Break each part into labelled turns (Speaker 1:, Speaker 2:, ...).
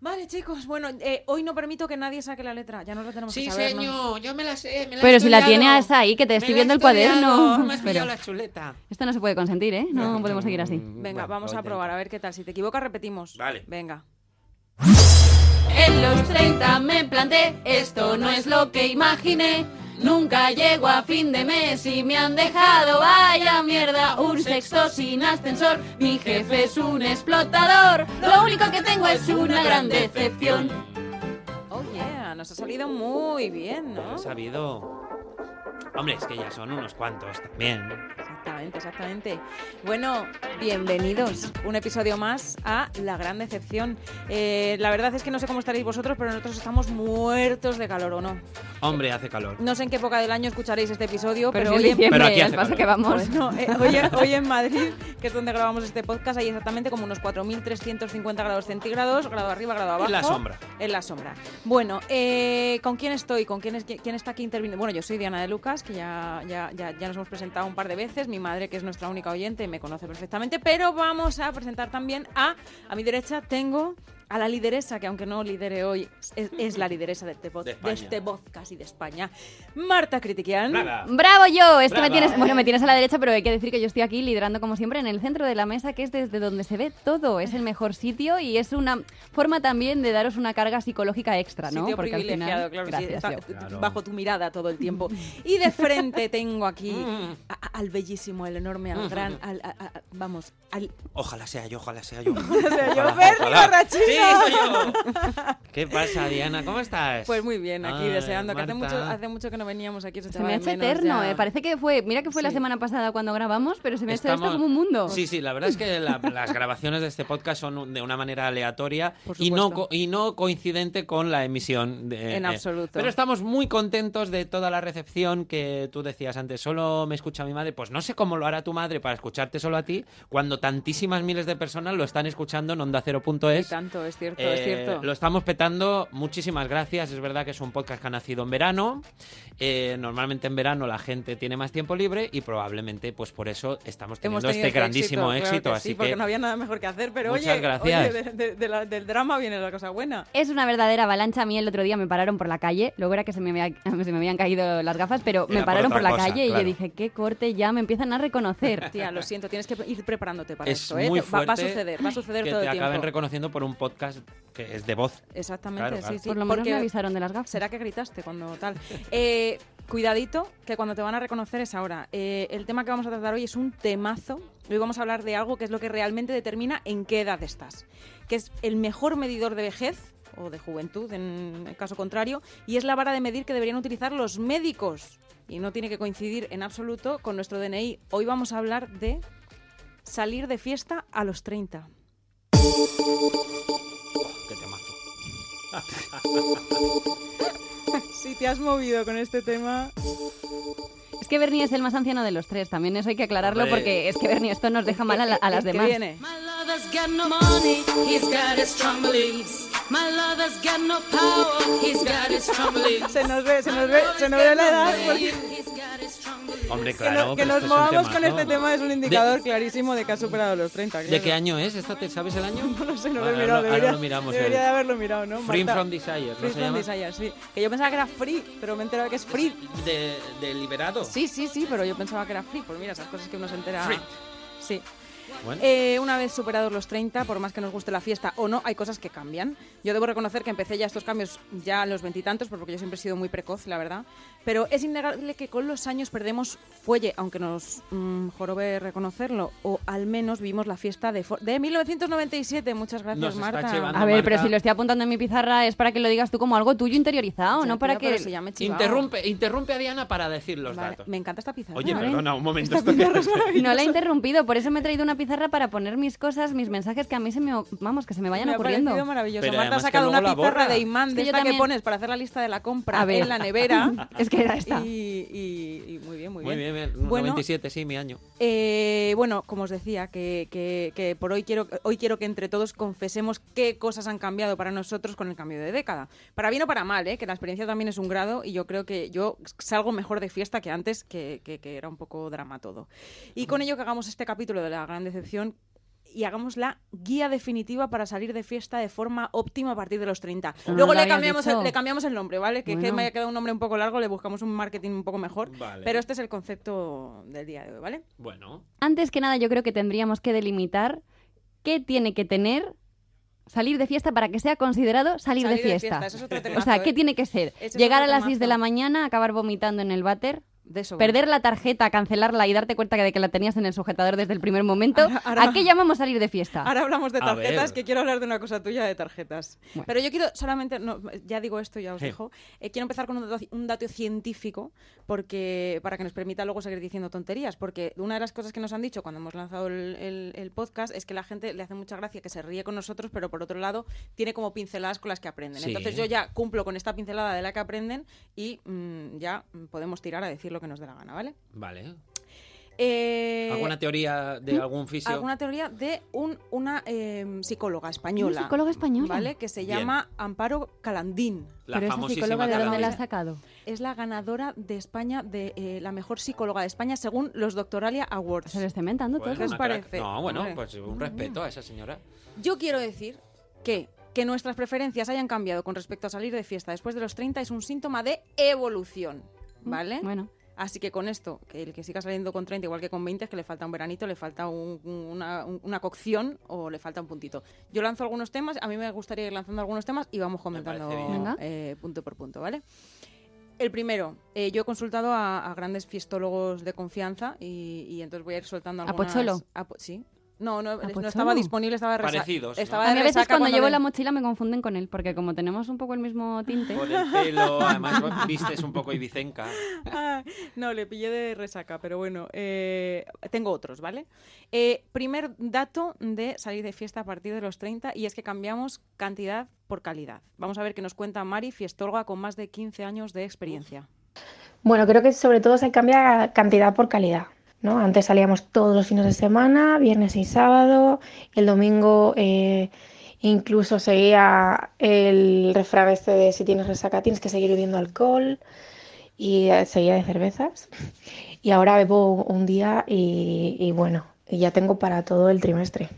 Speaker 1: Vale, chicos, bueno, eh, hoy no permito que nadie saque la letra, ya no lo tenemos
Speaker 2: Sí,
Speaker 1: que saber. ¿no?
Speaker 2: señor, yo me la sé. me he
Speaker 3: Pero si la
Speaker 2: estudiado.
Speaker 3: tiene hasta ahí, que te
Speaker 2: Me
Speaker 3: estoy
Speaker 2: la he
Speaker 3: viendo el
Speaker 2: estudiado,
Speaker 3: cuaderno.
Speaker 2: Me has
Speaker 3: Pero
Speaker 2: pillado la chuleta.
Speaker 3: esto no se puede consentir, ¿eh? No podemos seguir así.
Speaker 1: Venga, vamos a probar, a ver qué tal. Si te equivocas, repetimos.
Speaker 4: Vale.
Speaker 1: Venga.
Speaker 3: En los 30 me planté, esto no es lo que imaginé. Nunca llego a fin de mes y me han dejado, vaya mierda, un sexto sin ascensor. Mi jefe es un explotador, lo único que tengo es una gran decepción.
Speaker 1: Oh, yeah, nos ha salido muy bien, ¿no?
Speaker 4: Lo he sabido. Hombre, es que ya son unos cuantos también.
Speaker 1: Exactamente, exactamente. Bueno, bienvenidos un episodio más a La Gran Decepción. Eh, la verdad es que no sé cómo estaréis vosotros, pero nosotros estamos muertos de calor, ¿o no?
Speaker 4: Hombre, hace calor.
Speaker 1: No sé en qué época del año escucharéis este episodio, pero,
Speaker 3: Pero, si
Speaker 1: hoy
Speaker 3: es
Speaker 1: en
Speaker 3: diciembre,
Speaker 4: Pero aquí
Speaker 3: nos
Speaker 4: hace
Speaker 3: pasa
Speaker 4: calor.
Speaker 3: que vamos.
Speaker 1: Bueno, eh, hoy, en- hoy en Madrid, que es donde grabamos este podcast, hay exactamente como unos 4.350 grados centígrados, grado arriba, grado abajo.
Speaker 4: En la sombra.
Speaker 1: En la sombra. Bueno, eh, ¿con quién estoy? ¿Con quién, es, quién está aquí interviniendo? Bueno, yo soy Diana de Lucas, que ya, ya, ya, ya nos hemos presentado un par de veces. Mi madre, que es nuestra única oyente, me conoce perfectamente. Pero vamos a presentar también a... A mi derecha tengo... A la lideresa, que aunque no lidere hoy, es, es la lideresa de este, pod-
Speaker 4: De
Speaker 1: de
Speaker 4: España.
Speaker 1: este podcast y de España, Marta Critiquian.
Speaker 4: Nada.
Speaker 3: Bravo yo, es que me
Speaker 4: Brava.
Speaker 3: tienes, bueno, me tienes a la derecha, pero hay que decir que yo estoy aquí liderando como siempre en el centro de la mesa, que es desde donde se ve todo, es el mejor sitio y es una forma también de daros una carga psicológica extra, ¿no?
Speaker 1: Sitio privilegiado, claro que sí,
Speaker 3: gracias,
Speaker 1: está
Speaker 3: yo.
Speaker 1: t- t-
Speaker 4: Claro.
Speaker 1: bajo tu mirada todo el tiempo. Y de frente tengo aquí
Speaker 3: Mm.
Speaker 4: Mm.
Speaker 1: a- a- al bellísimo, al enorme, al gran, al, a- a- vamos, al
Speaker 4: Ojalá sea yo, ojalá sea yo.
Speaker 1: sea yo.
Speaker 4: Ojalá,
Speaker 1: Ferri
Speaker 4: ojalá.
Speaker 1: Borrachino.
Speaker 4: Sí, soy yo. ¿Qué pasa, Diana? ¿Cómo estás?
Speaker 1: pues muy bien, aquí
Speaker 4: Ay,
Speaker 1: deseando que hace
Speaker 4: Marta.
Speaker 1: mucho, hace mucho que no veníamos aquí.
Speaker 3: Se me ha hecho eterno, eh, parece que fue, mira que fue la
Speaker 1: Sí.
Speaker 3: semana pasada cuando grabamos, pero se me ha hecho esto
Speaker 4: Estamos-
Speaker 3: como un mundo.
Speaker 4: Sí, sí, la verdad es que la- las grabaciones de este podcast son un- de una manera aleatoria
Speaker 1: Por
Speaker 4: y no,
Speaker 1: supuesto.
Speaker 4: co- y no coincidente con la emisión. de-
Speaker 1: En absoluto.
Speaker 4: Pero estamos muy contentos de toda la recepción que tú decías antes. Solo me escucha mi madre. Pues no sé cómo lo hará tu madre para escucharte solo a ti cuando tantísimas miles de personas lo están escuchando en onda
Speaker 1: Y
Speaker 4: 0.es.
Speaker 1: tanto, es cierto,
Speaker 4: Eh,
Speaker 1: es cierto.
Speaker 4: Lo estamos petando. Muchísimas gracias. Es verdad que es un podcast que ha nacido en verano. Eh, normalmente en verano la gente tiene más tiempo libre y probablemente pues por eso estamos teniendo este
Speaker 1: tenido
Speaker 4: grandísimo
Speaker 1: claro que
Speaker 4: éxito.
Speaker 1: sí,
Speaker 4: así
Speaker 1: porque
Speaker 4: que
Speaker 1: no había nada mejor que hacer, pero
Speaker 4: muchas
Speaker 1: oye,
Speaker 4: gracias.
Speaker 1: oye, de- de- de la- del drama viene la cosa buena.
Speaker 3: Es una verdadera avalancha. A mí el otro día me pararon por la calle. Luego era que se me, había- se me habían caído las gafas, pero me
Speaker 4: Era por
Speaker 3: pararon por,
Speaker 4: otra
Speaker 3: la
Speaker 4: cosa,
Speaker 3: calle y
Speaker 4: claro.
Speaker 3: yo dije, qué corte, ya me empiezan a reconocer.
Speaker 1: Tía, lo siento, tienes que ir preparándote para
Speaker 4: es
Speaker 1: esto, ¿eh?
Speaker 4: muy
Speaker 1: Te- va-
Speaker 4: fuerte
Speaker 1: va, a suceder, va a suceder
Speaker 4: que
Speaker 1: todo
Speaker 4: te
Speaker 1: el tiempo.
Speaker 4: acaben reconociendo por un podcast que es de voz.
Speaker 1: Exactamente,
Speaker 4: Claro, claro.
Speaker 1: sí, sí.
Speaker 3: por lo menos
Speaker 1: porque-
Speaker 3: me avisaron de las gafas.
Speaker 1: ¿Será que gritaste cuando tal? Eh, cuidadito, que cuando te van a reconocer es ahora. Eh, el tema que vamos a tratar hoy es un temazo. Hoy vamos a hablar de algo que es lo que realmente determina en qué edad estás, que es el mejor medidor de vejez o de juventud, en el caso contrario, y es la vara de medir que deberían utilizar los médicos. Y no tiene que coincidir en absoluto con nuestro DNI. Hoy vamos a hablar de salir de fiesta a los 30.
Speaker 4: Qué temazo.
Speaker 1: Si te has movido con este tema,
Speaker 3: Es que Bernie es el más anciano de los tres, también eso hay que aclararlo
Speaker 4: Hombre.
Speaker 3: porque es que Bernie esto nos deja mal a, la- a las
Speaker 1: ¿qué
Speaker 3: demás.
Speaker 1: viene?
Speaker 5: My lover's got no money, he's got his strong beliefs. My lover's got no power, he's got his strong beliefs.
Speaker 1: Se nos ve, se nos ve, se nos ve la edad porque
Speaker 5: He's got his strong beliefs.
Speaker 4: Hombre,
Speaker 1: que,
Speaker 4: claro.
Speaker 1: no- que
Speaker 4: pero
Speaker 1: nos
Speaker 4: esto es un
Speaker 1: movamos con
Speaker 4: temazo.
Speaker 1: este tema es un indicador clarísimo de que has superado los 30.
Speaker 4: ¿De
Speaker 1: claro.
Speaker 4: qué año es? ¿Esta te sabes el año?
Speaker 1: No lo sé, no lo he
Speaker 4: Bueno,
Speaker 1: mirado.
Speaker 4: ahora- ahora
Speaker 1: debería
Speaker 4: lo miramos,
Speaker 1: debería
Speaker 4: el-
Speaker 1: de haberlo mirado, ¿no?
Speaker 4: Free
Speaker 1: Marta?
Speaker 4: from Desire, ¿no
Speaker 1: Free
Speaker 4: se
Speaker 1: from
Speaker 4: llama?
Speaker 1: Desire, sí. Que yo pensaba que era free, pero me he enterado que es free.
Speaker 4: De, de liberado.
Speaker 1: Sí, sí, sí, pero yo pensaba que era free. Pues mira, esas cosas que uno se entera.
Speaker 4: Free.
Speaker 1: Sí.
Speaker 4: Bueno.
Speaker 1: Eh, una vez superados los 30, por más que nos guste la fiesta o no, hay cosas que cambian. Yo debo reconocer que empecé ya estos cambios ya a los veintitantos, porque yo siempre he sido muy precoz, la verdad. Pero es innegable que con los años perdemos fuelle, aunque nos mm, jorobe reconocerlo, o al menos vimos la fiesta de, fo- de 1997. Muchas gracias,
Speaker 4: Nos está
Speaker 1: Marta.
Speaker 4: chivando.
Speaker 3: A ver, pero
Speaker 4: Marta.
Speaker 3: si lo estoy apuntando en mi pizarra es para que lo digas tú como algo tuyo interiorizado,
Speaker 1: Ya,
Speaker 3: Oh, no para
Speaker 1: tía, pero
Speaker 3: que...
Speaker 1: se llame chivao.
Speaker 4: Interrumpe, interrumpe a Diana para decir los
Speaker 1: Vale,
Speaker 4: datos.
Speaker 1: Me encanta esta pizarra.
Speaker 4: Oye,
Speaker 3: Vale.
Speaker 4: perdona, un momento.
Speaker 1: Esta
Speaker 4: esto que-
Speaker 1: pizarra es maravillosa.
Speaker 3: No la he interrumpido, por eso me he traído una pizarra para poner mis cosas, mis mensajes que a mí se me, o- vamos, que se me vayan
Speaker 1: Me ha
Speaker 3: ocurriendo.
Speaker 1: parecido maravilloso.
Speaker 4: Pero
Speaker 1: Marta ha
Speaker 4: además que
Speaker 1: sacado
Speaker 4: luego
Speaker 1: una
Speaker 4: la
Speaker 1: pizarra
Speaker 4: borra.
Speaker 1: de imán
Speaker 3: Es
Speaker 1: de
Speaker 3: que yo
Speaker 1: esta que
Speaker 3: también-
Speaker 1: pones para hacer la lista de la compra
Speaker 3: A ver.
Speaker 1: en la nevera.
Speaker 3: Es que era esta.
Speaker 1: Y, y- y muy bien, muy,
Speaker 4: Muy bien, bien.
Speaker 1: Bueno,
Speaker 4: 97, sí, mi año.
Speaker 1: eh, bueno, como os decía, que, que- que por hoy quiero, hoy quiero que entre todos confesemos qué cosas han cambiado para nosotros con el cambio de década. Para bien o para mal, ¿eh? que la experiencia también es un grado y yo creo que yo salgo mejor de fiesta que antes, que, que- que era un poco drama todo. Y con ello que hagamos este capítulo de la gran decepción, y hagamos la guía definitiva para salir de fiesta de forma óptima a partir de los 30.
Speaker 3: Ah, no
Speaker 1: Luego
Speaker 3: lo
Speaker 1: le
Speaker 3: habías
Speaker 1: cambiamos,
Speaker 3: dicho.
Speaker 1: el, le cambiamos el nombre, ¿vale? Que, es que
Speaker 3: Bueno.
Speaker 1: me haya quedado un nombre un poco largo, le buscamos un marketing un poco mejor.
Speaker 4: Vale.
Speaker 1: Pero este es el concepto del día de hoy, ¿vale?
Speaker 4: Bueno,
Speaker 3: Antes que nada, yo creo que tendríamos que delimitar qué tiene que tener salir de fiesta para que sea considerado salir,
Speaker 1: Salir
Speaker 3: de fiesta.
Speaker 1: eso es otro
Speaker 3: o
Speaker 1: temazo,
Speaker 3: sea, ¿qué
Speaker 1: ¿eh?
Speaker 3: tiene que ser?
Speaker 1: Ese es
Speaker 3: Llegar a
Speaker 1: otro
Speaker 3: las 6 de
Speaker 1: temazo.
Speaker 3: la mañana, acabar vomitando en el váter,
Speaker 1: De eso.
Speaker 3: perder la tarjeta, cancelarla y darte cuenta de que la tenías en el sujetador desde el primer momento.
Speaker 1: Ahora- ahora-
Speaker 3: ¿A qué llamamos salir de fiesta?
Speaker 1: Ahora hablamos de
Speaker 4: A
Speaker 1: tarjetas,
Speaker 4: ver.
Speaker 1: que quiero hablar de una cosa tuya de tarjetas.
Speaker 3: Bueno.
Speaker 1: Pero yo quiero solamente, no, ya digo esto, ya os
Speaker 4: Sí.
Speaker 1: dejo. Eh, quiero empezar con un dato, un dato científico porque para que nos permita luego seguir diciendo tonterías. Porque una de las cosas que nos han dicho cuando hemos lanzado el, el- el podcast es que la gente le hace mucha gracia que se ríe con nosotros, pero por otro lado tiene como pinceladas con las que aprenden.
Speaker 4: Sí.
Speaker 1: Entonces yo ya cumplo con esta pincelada de la que aprenden y mm, ya mm, podemos tirar a decir lo que nos dé la gana, ¿vale?
Speaker 4: vale.
Speaker 1: Eh, ¿Mm?
Speaker 4: ¿Alguna teoría de algún fisio?
Speaker 1: alguna teoría de un, una eh, psicóloga española.
Speaker 3: Una psicóloga española.
Speaker 1: ¿Vale? Que se
Speaker 4: Bien.
Speaker 1: llama Amparo Calandín.
Speaker 4: La
Speaker 3: Pero esa
Speaker 4: famosísima
Speaker 3: psicóloga, ¿de dónde
Speaker 4: Calandria.
Speaker 3: la has sacado?
Speaker 1: Es la ganadora de España de eh, la mejor psicóloga de España según los Doctoralia Awards.
Speaker 3: Se lo está inventando
Speaker 4: Bueno,
Speaker 3: todo.
Speaker 1: ¿Qué os
Speaker 4: una crack.
Speaker 1: parece?
Speaker 4: No, bueno,
Speaker 1: Hombre.
Speaker 4: pues un respeto a esa señora.
Speaker 1: Yo quiero decir que que nuestras preferencias hayan cambiado con respecto a salir de fiesta después de los 30 es un síntoma de evolución, ¿vale?
Speaker 3: Bueno,
Speaker 1: Así que con esto, que el que siga saliendo con 30 igual que con 20 es que le falta un veranito, le falta un- una, un- una cocción o le falta un puntito. Yo lanzo algunos temas, a mí me gustaría ir lanzando algunos temas y vamos comentando
Speaker 4: parece bien.
Speaker 3: Venga.
Speaker 1: eh, punto por punto, ¿vale? El primero, eh, yo he consultado a, a grandes fiestólogos de confianza y, y entonces voy a ir soltando
Speaker 3: ¿A
Speaker 1: algunas...
Speaker 3: Pocholo?
Speaker 1: a po- sí. No, no, no
Speaker 3: Pocholo?
Speaker 1: estaba disponible, estaba de resa-
Speaker 4: Parecidos, ¿no?
Speaker 1: Estaba
Speaker 3: a
Speaker 1: de
Speaker 3: mí a veces
Speaker 1: resaca
Speaker 3: cuando llevo
Speaker 1: le-
Speaker 3: la mochila me confunden con él, porque como tenemos un poco el mismo tinte,
Speaker 4: Por el pelo, además vistes un poco ibicenca.
Speaker 1: Ah, no, le pillé de resaca, pero bueno, eh, tengo otros, ¿vale? Eh, primer dato de salir de fiesta a partir de los 30 y es que cambiamos cantidad por calidad. Vamos a ver qué nos cuenta Mari, fiestorga con más de 15 años de experiencia.
Speaker 6: Bueno, creo que sobre todo se cambia cantidad por calidad, ¿no? Antes salíamos todos los fines de semana, viernes y sábado, el domingo eh, incluso seguía el refrán este de si tienes resaca tienes que seguir bebiendo alcohol y eh, seguía de cervezas. Y ahora bebo un día y, y bueno, y ya tengo para todo el trimestre.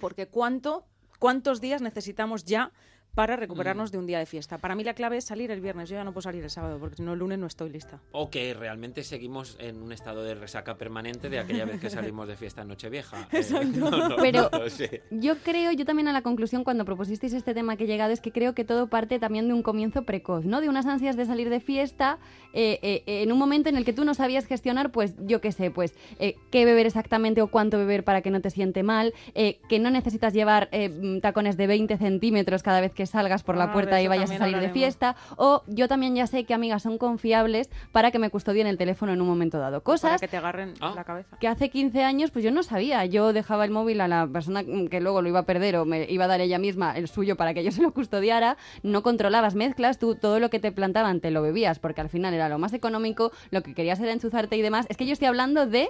Speaker 1: Porque ¿cuánto, ¿cuántos días necesitamos ya para recuperarnos de un día de fiesta? Para mí la clave es salir el viernes, yo ya no puedo salir el sábado porque si no el lunes no estoy lista.
Speaker 4: O que realmente seguimos en un estado de resaca permanente de aquella vez que salimos de fiesta en Nochevieja. Eh, no, no, no
Speaker 3: Pero-
Speaker 4: lo sé.
Speaker 3: Yo creo, yo también a la conclusión cuando propusisteis este tema que he llegado es que creo que todo parte también de un comienzo precoz, ¿no? De unas ansias de salir de fiesta eh, eh, eh, en un momento en el que tú no sabías gestionar, pues yo qué sé, pues eh, qué beber exactamente o cuánto beber para que no te siente mal, eh, que no necesitas llevar eh, mm, tacones de 20 centímetros cada vez que salgas por
Speaker 1: Ah,
Speaker 3: la
Speaker 1: de
Speaker 3: puerta y
Speaker 1: eso
Speaker 3: vayas
Speaker 1: también
Speaker 3: a salir de
Speaker 1: hablaremos.
Speaker 3: fiesta, o yo también ya sé que amigas son confiables para que me custodien el teléfono en un momento dado.
Speaker 1: Pues Para
Speaker 3: Cosas
Speaker 1: que te agarren
Speaker 4: Ah.
Speaker 1: la cabeza.
Speaker 3: que hace 15 años pues yo no sabía. Yo dejaba el móvil a la persona que luego lo iba a perder o me iba a dar ella misma el suyo para que yo se lo custodiara. No controlabas mezclas, tú todo lo que te plantaban te lo bebías porque al final era lo más económico, lo que querías era enchuzarte y demás. Es que yo estoy hablando de...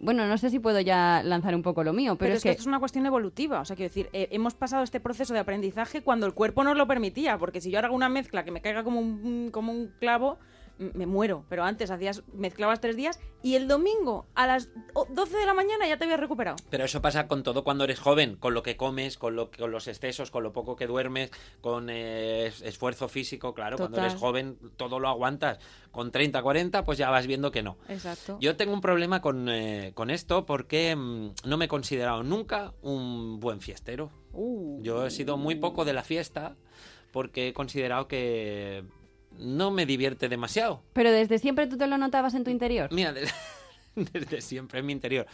Speaker 3: Bueno, no sé si puedo ya lanzar un poco lo mío, pero,
Speaker 1: Pero, es que, esto es una cuestión evolutiva. O sea, quiero decir, eh, hemos pasado este proceso de aprendizaje cuando el cuerpo nos lo permitía. Porque si yo ahora hago una mezcla que me caiga como un, como un clavo, m- me muero. Pero antes hacías, mezclabas tres días y el domingo a las o- 12 de la mañana ya te habías recuperado.
Speaker 4: Pero eso pasa con todo cuando eres joven, con lo que comes, con, lo, que- con los excesos, con lo poco que duermes, con eh, es- esfuerzo físico, claro, cuando
Speaker 1: Total.
Speaker 4: eres joven todo lo aguantas. Con 30, 40, pues ya vas viendo que no.
Speaker 1: Exacto.
Speaker 4: Yo tengo un problema con, eh, con esto porque mm, no me he considerado nunca un buen fiestero. Yo he sido muy poco de la fiesta porque he considerado que no me divierte demasiado.
Speaker 3: pero desde siempre tú te lo notabas en tu interior.
Speaker 4: Mira, de- desde siempre en mi interior.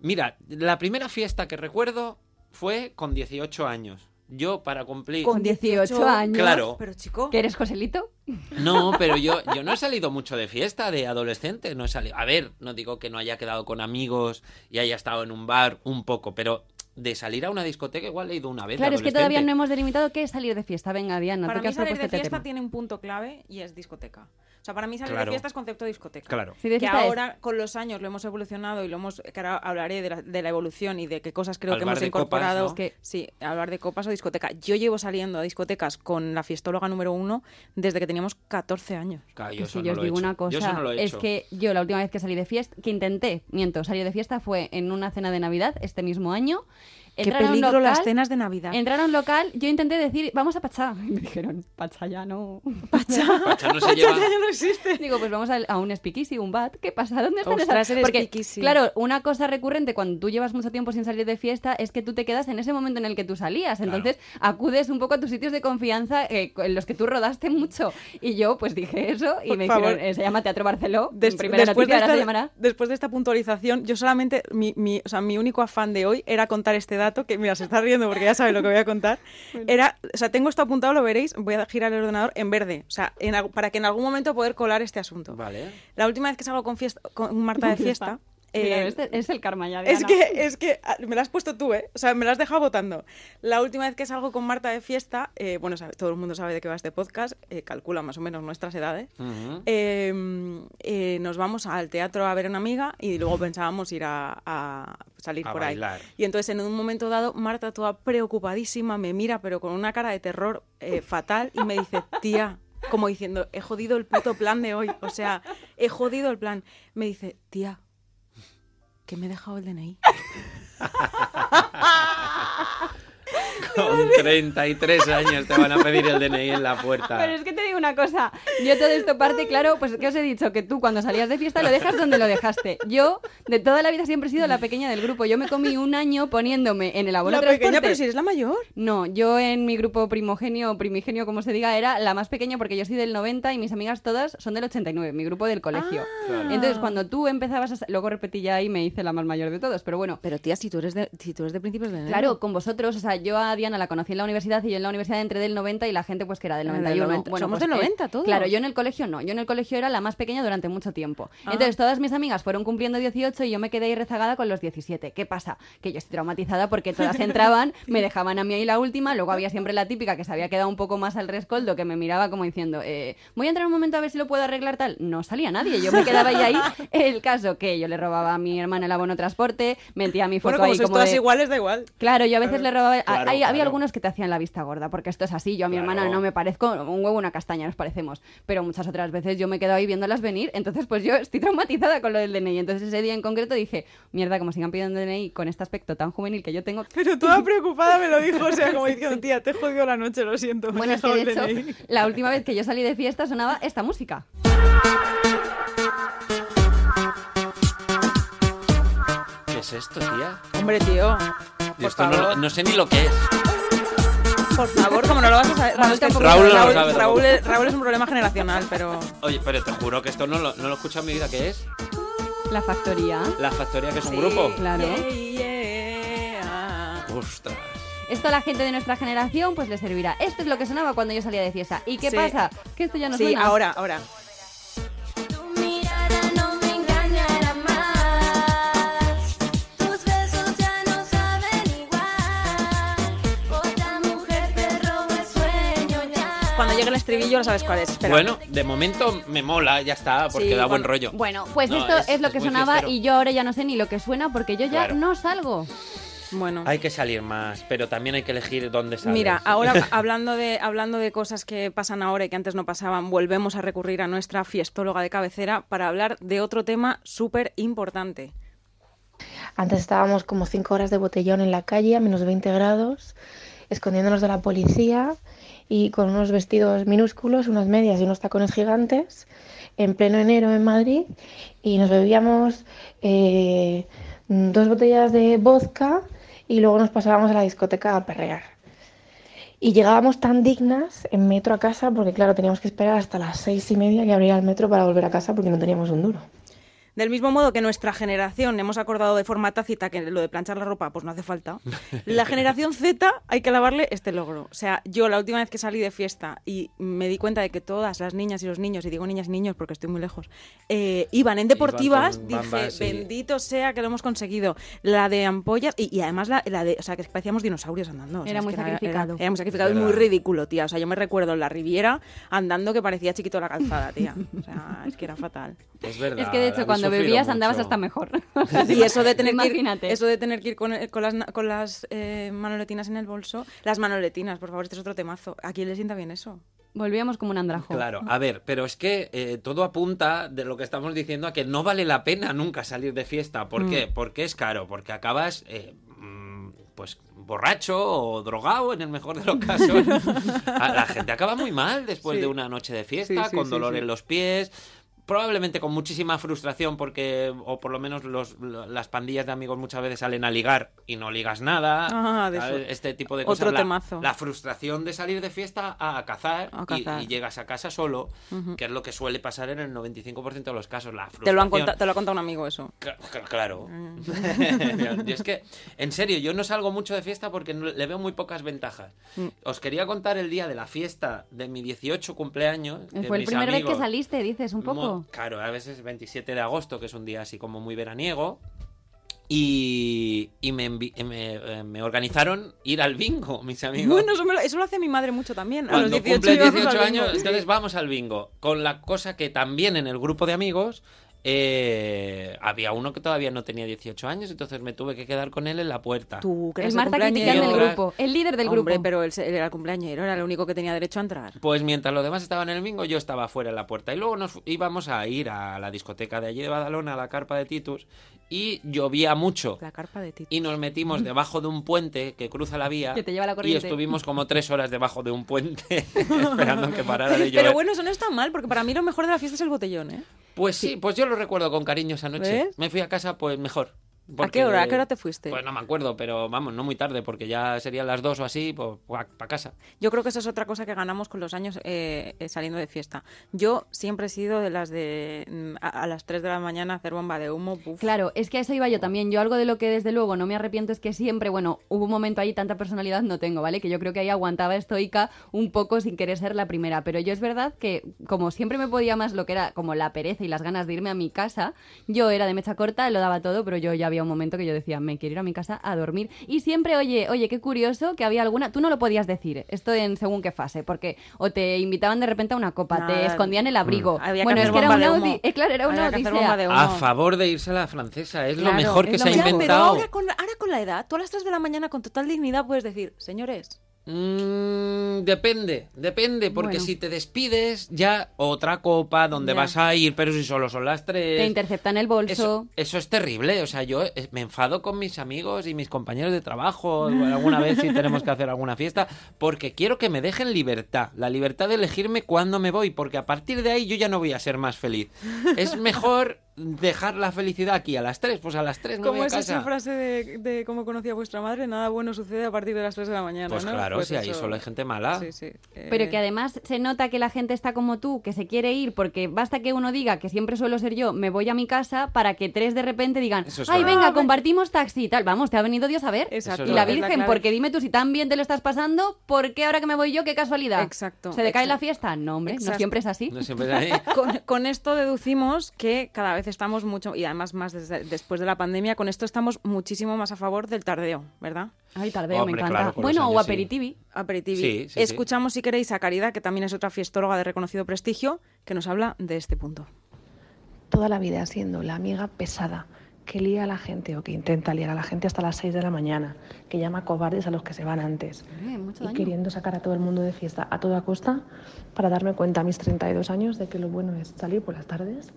Speaker 4: Mira, la primera fiesta que recuerdo fue con 18 años. Yo para cumplir...
Speaker 3: Con 18 años.
Speaker 4: Claro.
Speaker 1: Pero chico,
Speaker 3: ¿Que eres Joselito?
Speaker 4: No, pero yo, yo no he salido mucho de fiesta de adolescente. No he salido. A ver, no digo que no haya quedado con amigos y haya estado en un bar un poco, pero de salir a una discoteca igual he ido una vez. de
Speaker 3: Claro, es que todavía
Speaker 4: adolescente.
Speaker 3: no hemos delimitado qué es salir de fiesta. Venga, Diana,
Speaker 1: para
Speaker 3: tú
Speaker 1: mí
Speaker 3: que has
Speaker 1: salir
Speaker 3: propuesto
Speaker 1: de
Speaker 3: este
Speaker 1: fiesta
Speaker 3: tema.
Speaker 1: tiene un punto clave y es discoteca. O sea, para mí salir
Speaker 4: Claro.
Speaker 1: de fiesta es concepto de discoteca.
Speaker 4: Claro.
Speaker 3: Sí, de
Speaker 1: que
Speaker 3: fiesta es-
Speaker 1: ahora con los años lo hemos evolucionado y lo hemos que ahora hablaré de la, de la evolución y de qué cosas creo
Speaker 4: Al
Speaker 1: que
Speaker 4: bar
Speaker 1: hemos
Speaker 4: de copas,
Speaker 1: incorporado
Speaker 4: ¿no?
Speaker 1: Es que- sí hablar de copas o discoteca yo llevo saliendo a discotecas con la fiestóloga número uno desde que teníamos 14 años
Speaker 4: Claro, yo
Speaker 3: Que
Speaker 4: eso
Speaker 3: si
Speaker 4: no
Speaker 3: yo os
Speaker 4: lo he
Speaker 3: digo
Speaker 4: hecho.
Speaker 3: una
Speaker 4: Yo eso
Speaker 3: cosa,
Speaker 4: no lo he
Speaker 3: es
Speaker 4: hecho.
Speaker 3: que yo la última vez que salí de fiesta, que intenté, miento, salir de fiesta fue en una cena de Navidad este mismo año
Speaker 1: Qué
Speaker 3: entrar a un
Speaker 1: peligro
Speaker 3: local,
Speaker 1: las cenas de Navidad.
Speaker 3: Entrar a un local, yo intenté decir, vamos a Pachá. Y me dijeron, Pachá ya no.
Speaker 4: Pacha no se lleva.
Speaker 1: Ya no existe.
Speaker 3: Digo, pues vamos al- a, un speakeasy, un bat. ¿Qué pasa? ¿Dónde están
Speaker 1: Ostras,
Speaker 3: esas-
Speaker 1: el
Speaker 3: Porque,
Speaker 1: speakeasy.
Speaker 3: claro, una cosa recurrente cuando tú llevas mucho tiempo sin salir de fiesta es que tú te quedas en ese momento en el que tú salías. Entonces acudes un poco a tus sitios de confianza eh, en los que tú rodaste mucho. Y yo, pues dije eso y
Speaker 1: Por
Speaker 3: me
Speaker 1: favor.
Speaker 3: dijeron, eh, se llama Teatro Barceló.
Speaker 1: Des-
Speaker 3: primera
Speaker 1: después, de
Speaker 3: noticia, ahora se
Speaker 1: esta,
Speaker 3: llamará.
Speaker 1: después de esta puntualización, yo solamente, mi, mi- o sea, mi único afán de hoy era contar este dato, que mira, se está riendo porque ya sabe lo que voy a contar. Era, o sea, tengo esto apuntado, lo veréis, voy a girar el ordenador en verde, o sea, en al- para que en algún momento poder colar este asunto.
Speaker 4: Vale.
Speaker 1: La última vez que salgo con, fiesta, con Marta de fiesta...
Speaker 3: Mira,
Speaker 1: eh,
Speaker 3: este es el karma ya de
Speaker 1: Es
Speaker 3: Ana.
Speaker 1: que, es que ah, me la has puesto tú, ¿eh? O sea, me la has dejado votando. La última vez que salgo con Marta de fiesta, eh, bueno, sabe- todo el mundo sabe de qué va este podcast, eh, calcula más o menos nuestras edades.
Speaker 4: Ujú.
Speaker 1: Eh, eh, nos vamos al teatro a ver a una amiga y luego pensábamos ir a, a salir
Speaker 4: A
Speaker 1: por
Speaker 4: bailar.
Speaker 1: ahí. Y entonces en un momento dado, Marta toda preocupadísima me mira, pero con una cara de terror eh, fatal y me dice, tía, como diciendo, he jodido el puto plan de hoy. O sea, he jodido el plan. Me dice, tía, que me he dejado el DNI.
Speaker 4: Con 33 años te van a pedir el DNI en la puerta.
Speaker 3: Pero es que te digo una cosa, yo todo esto parte, claro, pues que os he dicho que tú cuando salías de fiesta lo dejas donde lo dejaste. Yo de toda la vida siempre he sido la pequeña del grupo. Yo me comí un año poniéndome en el abuelo
Speaker 1: La pequeña,
Speaker 3: transporte.
Speaker 1: pero si eres la mayor.
Speaker 3: No, yo en mi grupo primogenio o primigenio, como se diga, era la más pequeña porque yo soy del 90 y mis amigas todas son del 89, mi grupo del colegio.
Speaker 1: Ah.
Speaker 4: Claro.
Speaker 3: Entonces cuando tú empezabas a... sa- Luego repetí ya y me hice la más mayor de todos, pero bueno,
Speaker 1: Pero tía, si tú eres de, si tú eres de principios de enero.
Speaker 3: Claro, con vosotros, o sea, yo a Diana la conocí en la universidad y yo en la universidad entré del 90 y la gente pues que era del
Speaker 1: Ah, del
Speaker 3: 91.
Speaker 1: 90. Somos
Speaker 3: pues,
Speaker 1: del
Speaker 3: eh,
Speaker 1: 90 todos.
Speaker 3: Claro, yo en el colegio no, yo en el colegio era la más pequeña durante mucho tiempo.
Speaker 1: Ah.
Speaker 3: Entonces todas mis amigas fueron cumpliendo 18 y yo me quedé ahí rezagada con los 17. ¿Qué pasa? Que yo estoy traumatizada porque todas entraban, me dejaban a mí ahí la última, luego había siempre la típica que se había quedado un poco más al rescoldo que me miraba como diciendo, eh, voy a entrar un momento a ver si lo puedo arreglar tal. No salía nadie, yo me quedaba ahí ahí. El caso que yo le robaba a mi hermana el abono transporte, mentía a mi foto
Speaker 1: Bueno, Pues como
Speaker 3: ahí
Speaker 1: sois
Speaker 3: como
Speaker 1: todas
Speaker 3: de-
Speaker 1: iguales, da igual.
Speaker 3: Claro, yo a veces le robaba. a-
Speaker 4: Claro,
Speaker 3: hay- Había
Speaker 4: claro.
Speaker 3: algunos que te hacían la vista gorda, porque esto es así. Yo a mi
Speaker 4: Claro.
Speaker 3: hermana no me parezco un huevo, una castaña, nos parecemos. Pero muchas otras veces yo me quedo ahí viéndolas venir, entonces pues yo estoy traumatizada con lo del DNI. Entonces ese día en concreto dije, mierda, como sigan pidiendo DNI con este aspecto tan juvenil que yo tengo.
Speaker 1: Pero toda preocupada me lo dijo, o sea, como diciendo, tía, te he jodido la noche, lo siento. me
Speaker 3: Bueno,
Speaker 1: he
Speaker 3: es que de
Speaker 1: dejado el
Speaker 3: hecho,
Speaker 1: DNI".
Speaker 3: la última vez que yo salí de fiesta sonaba esta música.
Speaker 4: ¿Qué es esto, tía?
Speaker 1: Hombre, tío,
Speaker 4: Yo
Speaker 1: por
Speaker 4: esto no, lo-
Speaker 1: favor,
Speaker 4: no sé ni lo que es.
Speaker 1: por favor, como no lo vas a saber. Bueno, es que
Speaker 4: tampoco Raúl lo
Speaker 1: Raúl,
Speaker 4: sabe
Speaker 1: Raúl
Speaker 4: tampoco.
Speaker 1: es, Raúl es un problema generacional, pero...
Speaker 4: Oye, pero te juro que esto no lo, no lo he escuchado en mi vida. ¿Qué es?
Speaker 3: La factoría.
Speaker 4: La Factoría, que es un
Speaker 1: Sí,
Speaker 4: grupo.
Speaker 3: Claro.
Speaker 1: yeah, yeah.
Speaker 4: Ostras.
Speaker 3: Esto a la gente de nuestra generación pues le servirá. Esto es lo que sonaba cuando yo salía de fiesta. ¿Y qué
Speaker 1: Sí.
Speaker 3: pasa? Que esto ya no
Speaker 1: Sí,
Speaker 3: suena.
Speaker 1: ahora, ahora.
Speaker 5: Tu mirada no me engañará más. Tus besos ya no saben igual. Otra mujer te roba el sueño ya.
Speaker 1: Cuando llegue el estribillo lo sabes cuál es. espera.
Speaker 4: Bueno, de momento me mola, ya está, porque
Speaker 1: Sí,
Speaker 4: da buen
Speaker 1: bueno,
Speaker 4: rollo.
Speaker 3: Bueno, pues
Speaker 4: No,
Speaker 3: esto es, lo que
Speaker 4: muy
Speaker 3: sonaba
Speaker 4: fiestero.
Speaker 3: y yo ahora ya no sé ni lo que suena porque yo ya
Speaker 4: Claro.
Speaker 3: no salgo.
Speaker 1: Bueno.
Speaker 4: Hay que salir más, pero también hay que elegir dónde salir.
Speaker 1: Mira,
Speaker 3: ah,
Speaker 1: ahora hablando de, hablando de cosas que pasan ahora y que antes no pasaban, volvemos a recurrir a nuestra fiestóloga de cabecera para hablar de otro tema súper importante.
Speaker 6: Antes estábamos como cinco horas de botellón en la calle a menos 20 grados, escondiéndonos de la policía y con unos vestidos minúsculos, unas medias y unos tacones gigantes, en pleno enero en Madrid, y nos bebíamos eh, dos botellas de vodka y luego nos pasábamos a la discoteca a perrear. Y llegábamos tan dignas en metro a casa, porque claro, teníamos que esperar hasta las seis y media que abría el metro para volver a casa porque no teníamos un duro.
Speaker 1: Del mismo modo que nuestra generación hemos acordado de forma tácita que lo de planchar la ropa pues no hace falta, la generación Z hay que alabarle este logro. O sea, yo la última vez que salí de fiesta y me di cuenta de que todas las niñas y los niños, y digo niñas y niños porque estoy muy lejos, eh, iban en deportivas,
Speaker 4: con
Speaker 1: dije,
Speaker 4: bambas, sí.
Speaker 1: bendito sea que lo hemos conseguido. La de ampollas y, y además la, la de, o sea, que parecíamos dinosaurios andando. o sea,
Speaker 3: Era
Speaker 1: es
Speaker 3: muy
Speaker 1: que
Speaker 3: sacrificado.
Speaker 1: era muy sacrificado y
Speaker 4: Es
Speaker 1: muy
Speaker 4: verdad.
Speaker 1: ridículo, tía. O sea, yo me recuerdo en la Riviera andando que parecía chiquito la calzada, tía. O sea, es que era fatal.
Speaker 4: Es verdad.
Speaker 3: es que de hecho
Speaker 4: habéis
Speaker 3: cuando
Speaker 4: sufrido
Speaker 3: bebías
Speaker 4: mucho.
Speaker 3: andabas hasta mejor.
Speaker 1: Y eso de tener que ir,
Speaker 3: Imagínate.
Speaker 1: eso de tener que ir con, con las, na- con las eh, manoletinas en el bolso. Las manoletinas, por favor, este es otro temazo. ¿A quién le sienta bien eso?
Speaker 3: Volvíamos como un andrajo.
Speaker 4: Claro, a ver, pero es que eh, todo apunta de lo que estamos diciendo a que no vale la pena nunca salir de fiesta. ¿Por qué? Porque es caro, porque acabas... eh, mm, pues borracho o drogado en el mejor de los casos. A- la gente acaba muy mal después
Speaker 1: Sí.
Speaker 4: de una noche de fiesta,
Speaker 1: Sí, sí,
Speaker 4: con
Speaker 1: sí,
Speaker 4: dolor
Speaker 1: sí.
Speaker 4: en los pies, probablemente con muchísima frustración porque, o por lo menos los- lo- las pandillas de amigos muchas veces salen a ligar y no ligas nada.
Speaker 1: Ah, de
Speaker 4: ¿sabes?
Speaker 1: eso.
Speaker 4: Este tipo de
Speaker 1: Otro
Speaker 4: cosas. La-
Speaker 1: temazo.
Speaker 4: La, frustración de salir de fiesta a cazar,
Speaker 1: A
Speaker 4: y-
Speaker 1: cazar.
Speaker 4: Y, llegas a casa solo, que es lo que suele pasar en el 95% de los casos. La frustración.
Speaker 1: Te lo, han conta- te lo ha contado un amigo eso.
Speaker 4: Cla- cla- Claro.
Speaker 3: Mm.
Speaker 4: y es que, en serio, yo no salgo mucho de fiesta porque no- le veo muy pocas ventajas.
Speaker 3: Mm.
Speaker 4: Os quería contar el día de la fiesta de mi 18 cumpleaños. de
Speaker 3: Fue el
Speaker 4: Eh, mis
Speaker 3: primer vez que
Speaker 4: amigos.
Speaker 3: saliste, dices, un poco.
Speaker 4: Mo- Claro, a veces 27 de agosto, que es un día así como muy veraniego. Y, y me, envi- eh, me, eh, me organizaron ir al bingo, mis amigos.
Speaker 1: Bueno, eso, me lo, eso lo hace mi madre mucho también. A
Speaker 4: Cuando
Speaker 1: los 18,
Speaker 4: cumples
Speaker 1: llevamos
Speaker 4: 18
Speaker 1: al bingo.
Speaker 4: años, entonces vamos al bingo. Con la cosa que también en el grupo de amigos eh, había uno que todavía no tenía 18 años, entonces me tuve que quedar con él en la puerta.
Speaker 1: Tú, que
Speaker 3: El
Speaker 1: eres
Speaker 3: Marta criticando el
Speaker 4: Otra-
Speaker 3: grupo, el líder del
Speaker 1: Hombre,
Speaker 3: grupo.
Speaker 1: pero él, se- él era el cumpleañero, era el único que tenía derecho a entrar.
Speaker 4: Pues mientras los demás estaban en el bingo, yo estaba fuera en la puerta. Y luego nos fu- íbamos a ir a la discoteca de allí de Badalona, a la carpa de Titus, y llovía mucho.
Speaker 1: La carpa de Tito.
Speaker 4: Y nos metimos debajo de un puente que cruza la vía.
Speaker 3: Que te lleva la
Speaker 4: y
Speaker 3: corriente.
Speaker 4: estuvimos como tres horas debajo de un puente esperando que parara de llover.
Speaker 1: Pero bueno, eso no está mal, porque para mí lo mejor de la fiesta es el botellón, ¿eh?
Speaker 4: Pues sí, pues yo lo recuerdo con cariño esa noche.
Speaker 1: ¿Ves?
Speaker 4: Me fui a casa, pues mejor.
Speaker 1: ¿A qué hora? ¿A qué hora te fuiste?
Speaker 4: Pues no me acuerdo, pero vamos, no muy tarde, porque ya serían las dos o así, pues para casa.
Speaker 1: Yo creo que eso es otra cosa que ganamos con los años eh, eh, saliendo de fiesta. Yo siempre he sido de las de mm, a, a las 3 de la mañana hacer bomba de humo. puf.
Speaker 3: Claro, es que a eso iba yo también. Yo algo de lo que desde luego no me arrepiento es que siempre, bueno, hubo un momento ahí, tanta personalidad no tengo, ¿vale? Que yo creo que ahí aguantaba estoica un poco sin querer ser la primera. Pero yo es verdad que como siempre me podía más lo que era como la pereza y las ganas de irme a mi casa, yo era de mecha corta, lo daba todo, pero yo ya había un momento que yo decía, me quiero ir a mi casa a dormir. Y siempre, oye, oye, qué curioso que había alguna... Tú no lo podías decir, esto en según qué fase, porque o te invitaban de repente a una copa, te
Speaker 1: Nada. Mm.
Speaker 3: escondían el abrigo.
Speaker 1: Había que
Speaker 3: bueno,
Speaker 1: hacer
Speaker 3: es que era
Speaker 1: bomba
Speaker 3: una...
Speaker 1: de humo.
Speaker 3: odi- eh, claro, era una
Speaker 1: Había que hacer
Speaker 3: odisea.
Speaker 1: bomba de humo.
Speaker 4: A favor de irse a la francesa, Ah, es
Speaker 3: Claro,
Speaker 4: lo mejor que
Speaker 3: es
Speaker 4: se
Speaker 3: lo
Speaker 4: ha
Speaker 3: mejor.
Speaker 1: Ya, pero
Speaker 4: inventado.
Speaker 1: ahora con, la- ahora con la edad, tú a las 3 de la mañana con total dignidad puedes decir, señores,
Speaker 4: Mm, depende, depende, porque
Speaker 3: Bueno.
Speaker 4: si te despides, ya otra copa donde
Speaker 1: Ya.
Speaker 4: vas a ir, pero si solo son las tres.
Speaker 3: Te interceptan el bolso.
Speaker 4: Eso, eso es terrible, o sea, yo eh, me enfado con mis amigos y mis compañeros de trabajo igual alguna vez si tenemos que hacer alguna fiesta, porque quiero que me dejen libertad, la libertad de elegirme cuándo me voy, porque a partir de ahí yo ya no voy a ser más feliz. Es mejor dejar la felicidad aquí a las 3, pues a las 3 me
Speaker 1: ¿cómo
Speaker 4: voy a
Speaker 1: es esa
Speaker 4: casa.
Speaker 1: frase de, de cómo conocía vuestra madre? Nada bueno sucede a partir de las 3 de la mañana.
Speaker 4: Pues
Speaker 1: ¿no?
Speaker 4: claro, si ahí
Speaker 1: eso.
Speaker 4: solo hay gente mala.
Speaker 1: Sí, sí. eh,
Speaker 3: Pero que además se nota que la gente está como tú, que se quiere ir, porque basta que uno diga, que siempre suelo ser yo, me voy a mi casa, para que tres de repente digan,
Speaker 4: Eso es
Speaker 3: ay,
Speaker 4: verdad. Ah,
Speaker 3: venga, compartimos taxi y tal. Vamos, te ha venido Dios a ver.
Speaker 1: Exacto.
Speaker 4: Eso es
Speaker 3: y la
Speaker 4: verdad.
Speaker 3: Virgen, porque dime tú si tan bien te lo estás pasando, ¿por qué ahora que me voy yo, qué casualidad?
Speaker 1: Exacto,
Speaker 3: ¿Se decae
Speaker 1: exacto.
Speaker 3: la fiesta? No, hombre, no
Speaker 1: Exacto.
Speaker 3: siempre es así.
Speaker 4: No siempre es ahí.
Speaker 1: Con, con esto deducimos que cada vez estamos mucho, y además más desde- después de la pandemia, con esto estamos muchísimo más a favor del tardeo, ¿verdad?
Speaker 3: Ay, tal vez, me
Speaker 4: Hombre,
Speaker 3: encanta.
Speaker 4: claro, con los
Speaker 3: bueno, o
Speaker 4: años, sí.
Speaker 3: aperitivi.
Speaker 1: Aperitivi.
Speaker 4: Sí, sí, sí.
Speaker 1: Escuchamos, si queréis, a Caridad, que también es otra fiestóloga de reconocido prestigio, que nos habla de este punto.
Speaker 6: toda la vida siendo la amiga pesada que liga a la gente o que intenta ligar a la gente hasta las 6 de la mañana, que llama cobardes a los que se van antes
Speaker 3: Eh, mucho
Speaker 6: y
Speaker 3: daño.
Speaker 6: queriendo sacar a todo el mundo de fiesta a toda costa para darme cuenta a mis 32 años de que lo bueno es salir por las tardes,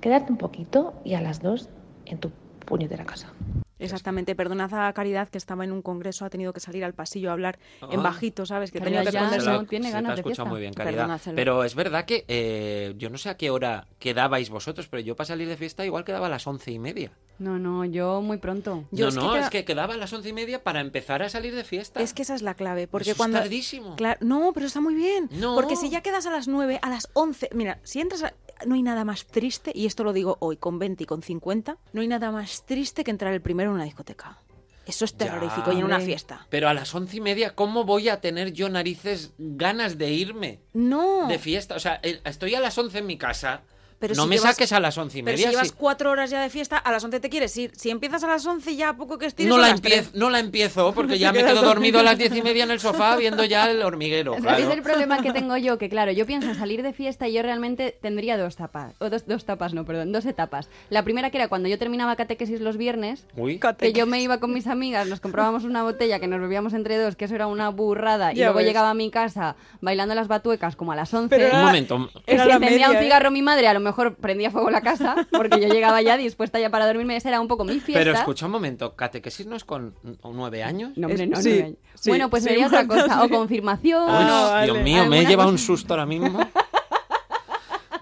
Speaker 6: quedarte un poquito y a las 2 en tu puñetera casa.
Speaker 1: Exactamente, perdonad a Caridad que estaba en un congreso, ha tenido que salir al pasillo a hablar en
Speaker 4: Ah.
Speaker 1: bajito, ¿sabes? Que
Speaker 3: Caridad
Speaker 1: tenía que
Speaker 3: ya
Speaker 1: esconderse.
Speaker 3: no tiene
Speaker 4: se
Speaker 3: ganas
Speaker 4: te ha
Speaker 3: de
Speaker 4: escuchado
Speaker 3: fiesta.
Speaker 4: muy bien, Caridad.
Speaker 1: Perdonadcelo.
Speaker 4: Pero es verdad que eh, yo no sé a qué hora quedabais vosotros, pero yo para salir de fiesta igual quedaba a las once y media.
Speaker 3: No, no, yo muy pronto.
Speaker 1: Yo
Speaker 4: no,
Speaker 1: es que
Speaker 4: no,
Speaker 1: queda-
Speaker 4: es que quedaba a las once y media para empezar a salir de fiesta.
Speaker 1: Es que esa es la clave, porque
Speaker 4: Eso es
Speaker 1: cuando...
Speaker 4: tardísimo.
Speaker 1: Claro, no, pero está muy bien.
Speaker 4: Mm. No.
Speaker 1: Porque si ya quedas a las 9, a las 11, mira, si entras a- No hay nada más triste, y esto lo digo hoy con 20 y con 50, no hay nada más triste que entrar el primero en una discoteca. Eso es
Speaker 4: Ya,
Speaker 1: terrorífico y en una
Speaker 4: hombre.
Speaker 1: fiesta.
Speaker 4: Pero a las once y media, ¿cómo voy a tener yo narices ganas de irme
Speaker 1: No.
Speaker 4: de fiesta? O sea, el- estoy a las once en mi casa.
Speaker 1: Pero
Speaker 4: no
Speaker 1: si
Speaker 4: me
Speaker 1: llevas-
Speaker 4: saques a las once y
Speaker 1: Pero
Speaker 4: media.
Speaker 1: si llevas
Speaker 4: sí.
Speaker 1: cuatro horas ya de fiesta, a las 11 te quieres ir. Si empiezas a las 11 ya a poco que estires
Speaker 4: No
Speaker 1: a
Speaker 4: la,
Speaker 1: las
Speaker 4: empiezo,
Speaker 1: 3.
Speaker 4: no la empiezo porque ya me quedo dormido a las diez y media en el sofá viendo ya el hormiguero.
Speaker 3: Es-
Speaker 4: claro.
Speaker 3: Es el problema que tengo yo, que claro, yo pienso en salir de fiesta y yo realmente tendría dos tapas, o dos, dos tapas, no, perdón, dos etapas. La primera que era cuando yo terminaba catequesis los viernes,
Speaker 4: Uy.
Speaker 3: que yo me iba con mis amigas, nos comprábamos una botella que nos bebíamos entre dos, que eso era una burrada, y
Speaker 1: Ya
Speaker 3: luego
Speaker 1: ves.
Speaker 3: llegaba a mi casa bailando las batuecas como a las 11.
Speaker 1: Pero
Speaker 4: Un
Speaker 1: era-
Speaker 4: momento.
Speaker 3: y
Speaker 1: era
Speaker 3: si
Speaker 1: la
Speaker 3: encendía
Speaker 1: media,
Speaker 3: un
Speaker 1: ¿eh?
Speaker 3: cigarro mi madre, a lo mejor prendía fuego la casa, porque yo llegaba ya dispuesta ya para dormirme. Esa era un poco mi fiesta.
Speaker 4: Pero escucha un momento, catequesis no es con nueve años.
Speaker 3: No, hombre, no,
Speaker 7: Sí,
Speaker 3: nueve años.
Speaker 7: sí,
Speaker 3: Bueno, pues
Speaker 7: sí,
Speaker 3: sería otra
Speaker 7: bueno,
Speaker 3: cosa. O
Speaker 7: sí.
Speaker 3: confirmación.
Speaker 4: Uy,
Speaker 7: Ah,
Speaker 4: Dios
Speaker 7: vale.
Speaker 4: mío, me he
Speaker 3: Alguna
Speaker 4: llevado
Speaker 3: cosa.
Speaker 4: un susto ahora mismo.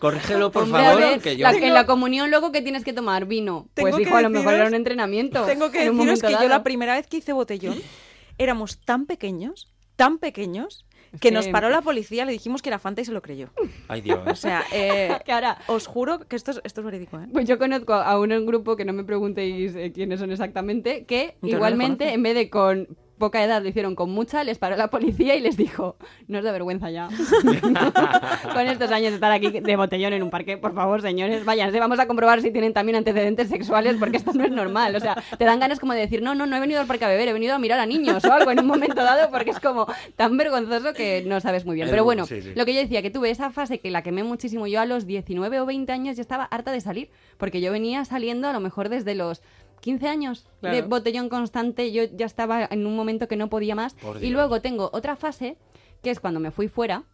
Speaker 4: Corrígelo, por
Speaker 3: Hombre, a
Speaker 4: favor,
Speaker 3: ver,
Speaker 4: que yo...
Speaker 3: la- en la comunión luego que tienes que tomar vino.
Speaker 7: Tengo
Speaker 3: pues
Speaker 7: que
Speaker 3: hijo, a lo mejor
Speaker 7: deciros-
Speaker 3: era un entrenamiento.
Speaker 1: Tengo que
Speaker 3: en un
Speaker 1: deciros
Speaker 3: momento
Speaker 1: que yo la
Speaker 3: dado.
Speaker 1: primera vez que hice botellón éramos tan pequeños, tan pequeños, que nos
Speaker 3: que-
Speaker 1: paró la policía, le dijimos que era Fanta y se lo creyó.
Speaker 4: Ay,
Speaker 1: O
Speaker 4: Dios.
Speaker 1: sea, eh,
Speaker 3: Que ahora,
Speaker 1: os juro que esto es, esto es verídico, ¿eh?
Speaker 3: Pues yo conozco a un, un grupo que no me preguntéis eh, quiénes son exactamente, que
Speaker 1: no les
Speaker 3: igualmente,
Speaker 1: conoces.
Speaker 3: en vez de con poca edad, lo hicieron con mucha, les paró la policía y les dijo, no os da vergüenza ya. con estos años de estar aquí de botellón en un parque, por favor, señores, váyanse, vamos a comprobar si tienen también antecedentes sexuales, porque esto no es normal. O sea, te dan ganas como de decir, no, no, no he venido al parque a beber, he venido a mirar a niños o algo en un momento dado, porque es como tan vergonzoso que no sabes muy bien.
Speaker 4: El-
Speaker 3: Pero bueno,
Speaker 4: sí, sí.
Speaker 3: lo lo que yo decía, que tuve esa fase que la quemé muchísimo. Yo a los 19 o 20 años ya estaba harta de salir, porque yo venía saliendo a lo mejor desde los 15 años de
Speaker 1: Claro.
Speaker 3: botellón constante. Yo ya estaba en un momento que no podía más.
Speaker 4: Por
Speaker 3: Y
Speaker 4: Dios.
Speaker 3: luego tengo otra fase, que es cuando me fui fuera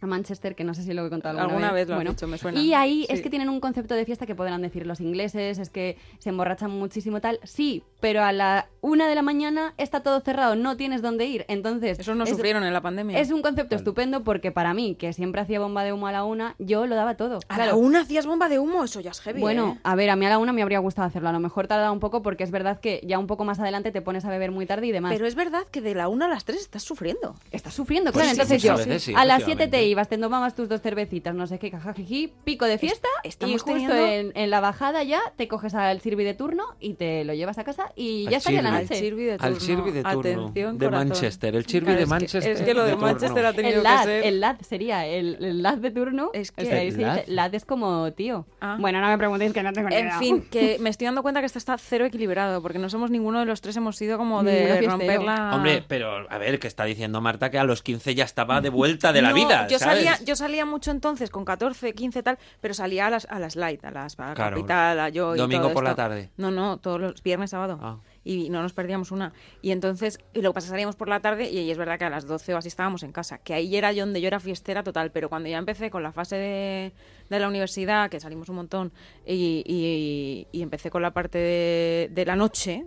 Speaker 3: a Manchester, que no sé si lo he contado alguna,
Speaker 1: Alguna vez lo has
Speaker 3: Bueno,
Speaker 1: dicho, me suena.
Speaker 3: Y ahí es
Speaker 1: Sí.
Speaker 3: que tienen un concepto de fiesta que podrán decir los ingleses, es que se emborrachan muchísimo tal. Sí, pero a la una de la mañana está todo cerrado, no tienes dónde ir. Entonces,
Speaker 1: Eso no
Speaker 3: es-
Speaker 1: sufrieron en la pandemia.
Speaker 3: es un concepto estupendo porque para mí, que siempre hacía bomba de humo a la una, yo lo daba todo.
Speaker 1: A la
Speaker 3: Claro.
Speaker 1: una hacías bomba de humo, eso ya es heavy.
Speaker 3: Bueno,
Speaker 1: ¿eh?
Speaker 3: a ver, a mí a la una me habría gustado hacerlo. A lo mejor tardaba un poco porque es verdad que ya un poco más adelante te pones a beber muy tarde y demás.
Speaker 1: Pero es verdad que de la una a las tres estás sufriendo.
Speaker 3: Estás sufriendo,
Speaker 4: Pues
Speaker 3: claro.
Speaker 4: sí,
Speaker 3: Entonces yo,
Speaker 4: muchas veces sí,
Speaker 3: a las 7 te
Speaker 4: efectivamente.
Speaker 3: ibas, te tomabas tus dos cervecitas, no sé qué, jajajiji, pico de fiesta.
Speaker 1: Es- estamos
Speaker 3: y justo
Speaker 1: teniendo-
Speaker 3: en, en la bajada ya te coges al sirvi de turno y te lo llevas a casa y
Speaker 4: Al
Speaker 3: ya estaría la
Speaker 4: sirvi.
Speaker 1: Al
Speaker 3: noche.
Speaker 1: chirvi de turno.
Speaker 4: Al Chirvi de turno,
Speaker 1: Atención,
Speaker 4: de
Speaker 1: corazón.
Speaker 4: Manchester, el Chirvi
Speaker 1: Claro,
Speaker 4: de
Speaker 1: es que-
Speaker 4: Manchester
Speaker 1: Es que lo
Speaker 4: de
Speaker 1: de
Speaker 4: turno.
Speaker 1: Manchester ha tenido
Speaker 3: El
Speaker 1: que
Speaker 3: lad,
Speaker 1: ser.
Speaker 3: el lad sería el, el lad de turno.
Speaker 1: Es que-
Speaker 3: O sea, ahí
Speaker 4: ¿El
Speaker 3: se dice
Speaker 4: lad?
Speaker 3: lad es como tío.
Speaker 1: Ah.
Speaker 3: Bueno, no me preguntéis que no tengo ni
Speaker 1: En
Speaker 3: idea.
Speaker 1: fin, que me estoy dando cuenta que esto está cero equilibrado, porque no somos ninguno de los tres, hemos sido como
Speaker 3: Ninguno
Speaker 1: de
Speaker 3: fiestero.
Speaker 1: romper la...
Speaker 4: Hombre, pero a ver, que está diciendo Marta que a los 15 ya estaba de vuelta de la
Speaker 1: No,
Speaker 4: vida.
Speaker 1: Yo
Speaker 4: ¿sabes?
Speaker 1: salía, yo salía mucho entonces, con 14, 15 tal, pero salía a las, a las light, a las a
Speaker 4: Claro.
Speaker 1: capital, a yo y
Speaker 4: Domingo
Speaker 1: todo
Speaker 4: por la
Speaker 1: esto.
Speaker 4: tarde.
Speaker 1: No, no, todos los viernes, sábado.
Speaker 4: Ah.
Speaker 1: Y no nos perdíamos una. Y entonces, y lo que pasa, salíamos por la tarde y, ahí es verdad que a las 12 o así estábamos en casa. Que ahí era yo donde yo era fiestera total, pero cuando ya empecé con la fase de, de la universidad, que salimos un montón, y, y- y empecé con la parte de, de la noche.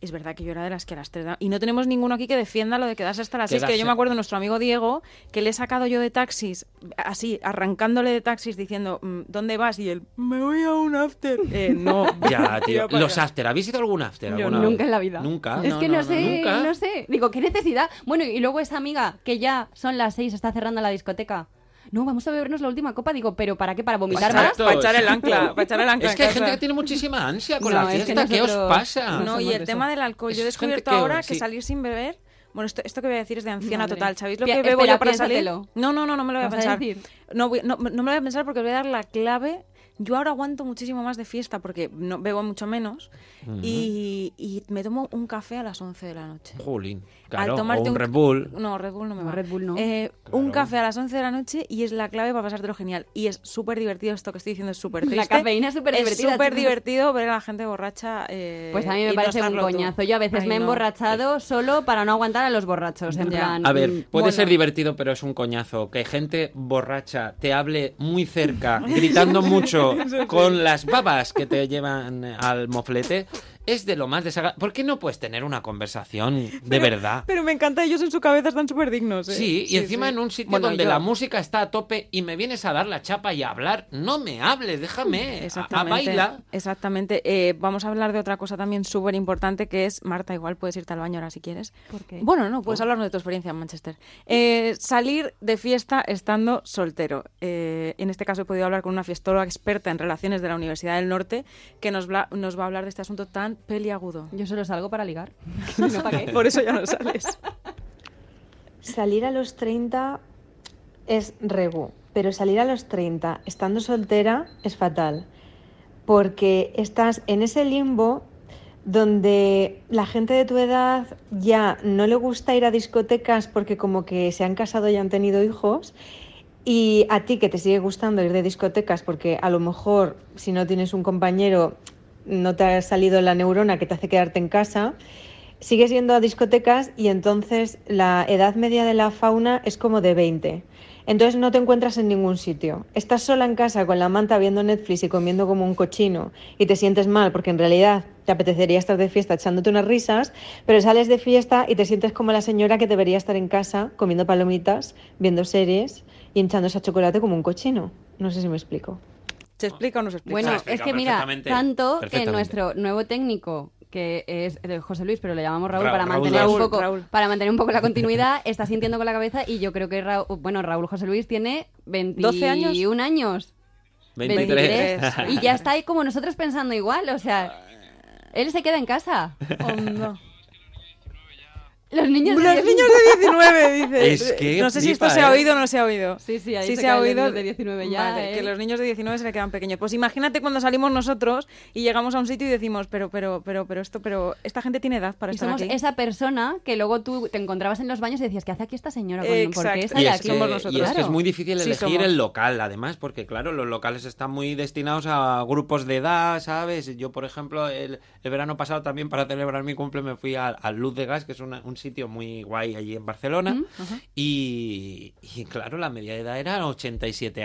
Speaker 1: Es verdad que yo era de las que a las 3 Y no tenemos ninguno aquí que defienda lo de quedarse hasta las 6, que yo
Speaker 4: Quedarse.
Speaker 1: me acuerdo de nuestro amigo Diego, que le he sacado yo de taxis, así, arrancándole de taxis, diciendo, "Mm, ¿dónde vas? Y él, me voy a un after. Eh, no,
Speaker 4: Ya, tío.
Speaker 1: para
Speaker 4: Los after. ¿Habéis visto algún after?
Speaker 1: Yo
Speaker 4: alguna vez?
Speaker 3: Nunca en la vida.
Speaker 4: Nunca.
Speaker 3: Es que no, sé,
Speaker 4: nunca.
Speaker 3: no sé. Digo, ¿qué necesidad? Bueno, y luego esa amiga que ya son las seis, está cerrando la discoteca. No, vamos a bebernos la última copa. Digo, ¿pero para qué? ¿Para vomitar más?
Speaker 4: Pues Exacto,
Speaker 1: echar el
Speaker 4: exacto.
Speaker 1: ancla, para echar el ancla.
Speaker 4: Es
Speaker 1: en
Speaker 4: que hay
Speaker 1: casa.
Speaker 4: gente que tiene muchísima ansia con
Speaker 3: No,
Speaker 4: la
Speaker 3: es que
Speaker 4: fiesta. ¿Qué os
Speaker 3: nosotros-
Speaker 4: pasa?
Speaker 3: No
Speaker 1: No, y
Speaker 3: somos
Speaker 1: el
Speaker 3: de
Speaker 1: tema del alcohol. Yo he
Speaker 4: Ah, Es gente
Speaker 1: descubierto
Speaker 4: que-
Speaker 1: ahora que
Speaker 4: sí.
Speaker 1: salir sin beber. Bueno, esto, esto que voy a decir es de anciana
Speaker 3: Madre.
Speaker 1: total. ¿Sabéis lo
Speaker 3: Pi-
Speaker 1: que bebo
Speaker 3: espera,
Speaker 1: yo para salir?
Speaker 3: piénsatelo.
Speaker 1: No, no, no, no me lo voy a
Speaker 3: ¿Vas a
Speaker 1: pensar.
Speaker 3: decir?
Speaker 1: No, voy- no, no me lo voy a pensar porque os voy a dar la clave. Yo ahora aguanto muchísimo más de fiesta porque no, bebo mucho menos y, y me tomo un café a las 11 de la noche.
Speaker 4: Jolín.
Speaker 1: Al
Speaker 4: Claro, o
Speaker 1: tomarte
Speaker 4: un Red Bull.
Speaker 1: No, Red Bull no me
Speaker 3: No,
Speaker 1: va.
Speaker 3: Red Bull no.
Speaker 1: Eh, Un café a las 11 de la noche y es la clave para pasártelo genial. Y es súper divertido esto que estoy diciendo, es súper
Speaker 3: La
Speaker 1: triste.
Speaker 3: cafeína es súper divertida,
Speaker 1: Es súper
Speaker 3: chicos.
Speaker 1: divertido ver a la gente borracha. eh,
Speaker 3: Pues a mí
Speaker 1: y
Speaker 3: me
Speaker 1: no
Speaker 3: parece un
Speaker 1: estarlo tú.
Speaker 3: coñazo. Yo a veces
Speaker 1: Ay,
Speaker 3: me he
Speaker 1: no.
Speaker 3: emborrachado solo para no aguantar a los borrachos. En
Speaker 1: Ya.
Speaker 3: plan,
Speaker 4: A
Speaker 3: mm,
Speaker 4: ver, puede
Speaker 1: bueno.
Speaker 4: ser divertido, pero es un coñazo. Que gente borracha te hable muy cerca, gritando mucho, con las babas que te llevan al moflete, es de lo más desagradable. ¿Por qué no puedes tener una conversación de verdad?
Speaker 1: Pero me encanta, ellos en su cabeza están súper dignos. ¿eh?
Speaker 4: Sí, y encima en un sitio
Speaker 1: Bueno,
Speaker 4: donde
Speaker 1: yo-
Speaker 4: la música está a tope y me vienes a dar la chapa y a hablar, no me hables, déjame, a- a,
Speaker 1: Exactamente.
Speaker 4: baila.
Speaker 1: Exactamente. Eh, vamos a hablar de otra cosa también súper importante que es, Marta, igual puedes irte al baño ahora si quieres.
Speaker 3: ¿Por qué?
Speaker 1: Bueno, no, puedes hablarnos de tu experiencia en Manchester. Eh, salir de fiesta estando soltero. Eh, en este caso he podido hablar con una fiestóloga experta en relaciones de la Universidad del Norte que nos, bla- nos va a hablar de este asunto tan peliagudo.
Speaker 3: Yo solo salgo para ligar. Si no, ¿para qué?
Speaker 1: Por eso ya no sales.
Speaker 8: Salir a los 30 es regu, pero salir a los 30 estando soltera es fatal, porque estás en ese limbo donde la gente de tu edad ya no le gusta ir a discotecas porque como que se han casado y han tenido hijos. Y a ti que te sigue gustando ir de discotecas porque a lo mejor si no tienes un compañero no te ha salido la neurona que te hace quedarte en casa, sigues yendo a discotecas y entonces la edad media de la fauna es como de 20. Entonces no te encuentras en ningún sitio. Estás sola en casa con la manta viendo Netflix y comiendo como un cochino y te sientes mal porque en realidad te apetecería estar de fiesta echándote unas risas, pero sales de fiesta y te sientes como la señora que debería estar en casa comiendo palomitas, viendo series y hinchándose a chocolate como un cochino. No sé si me explico.
Speaker 1: ¿Se explica o no se explica?
Speaker 4: Se
Speaker 3: Bueno,
Speaker 4: explica
Speaker 3: es que mira,
Speaker 4: perfectamente,
Speaker 3: tanto que
Speaker 4: perfectamente.
Speaker 3: nuestro nuevo técnico que es eh, José Luis, pero le llamamos Raúl
Speaker 4: Ra-
Speaker 3: para
Speaker 4: Raúl,
Speaker 3: mantener
Speaker 4: Raúl.
Speaker 3: un poco
Speaker 1: Raúl.
Speaker 3: para mantener un poco la continuidad, está sintiendo con la cabeza y yo creo que Raúl, bueno, Raúl José Luis tiene
Speaker 1: 12 años.
Speaker 3: 21 años,
Speaker 4: 23.
Speaker 1: 23.
Speaker 3: y ya está ahí como nosotros pensando igual, o sea, él se queda en casa.
Speaker 1: Oh, no.
Speaker 3: Los niños de
Speaker 1: Los
Speaker 3: 10
Speaker 1: niños de 19, dice.
Speaker 4: Es que
Speaker 1: no sé si
Speaker 4: flipa,
Speaker 1: esto se ha
Speaker 4: ¿eh?
Speaker 1: oído o no se ha oído.
Speaker 3: Sí, sí, ahí
Speaker 1: Sí
Speaker 3: se
Speaker 1: se ha
Speaker 3: caen los
Speaker 1: oído.
Speaker 3: niños de 19 ya,
Speaker 1: Vale,
Speaker 3: ¿eh?
Speaker 1: que los niños de 19 se le quedan pequeños. Pues imagínate cuando salimos nosotros y llegamos a un sitio y decimos, pero, pero, pero, pero esto, pero esta gente tiene edad para
Speaker 3: Y
Speaker 1: estar
Speaker 3: somos
Speaker 1: aquí.
Speaker 3: esa persona que luego tú te encontrabas en los baños y decías, ¿qué hace aquí esta señora? con- ¿Por qué
Speaker 1: Exacto.
Speaker 3: sale
Speaker 4: Y
Speaker 1: Vaya,
Speaker 4: es,
Speaker 3: aquí?
Speaker 4: que,
Speaker 1: somos
Speaker 4: y es
Speaker 1: nosotros.
Speaker 4: que es muy difícil
Speaker 1: Sí,
Speaker 4: elegir
Speaker 1: somos.
Speaker 4: el local, además, porque claro, los locales están muy destinados a grupos de edad, ¿sabes? Yo, por ejemplo, el, el verano pasado también para celebrar mi cumple me fui al al Luz de Gas, que es una- un sitio muy guay allí en Barcelona, y, y, claro, la media de edad era 87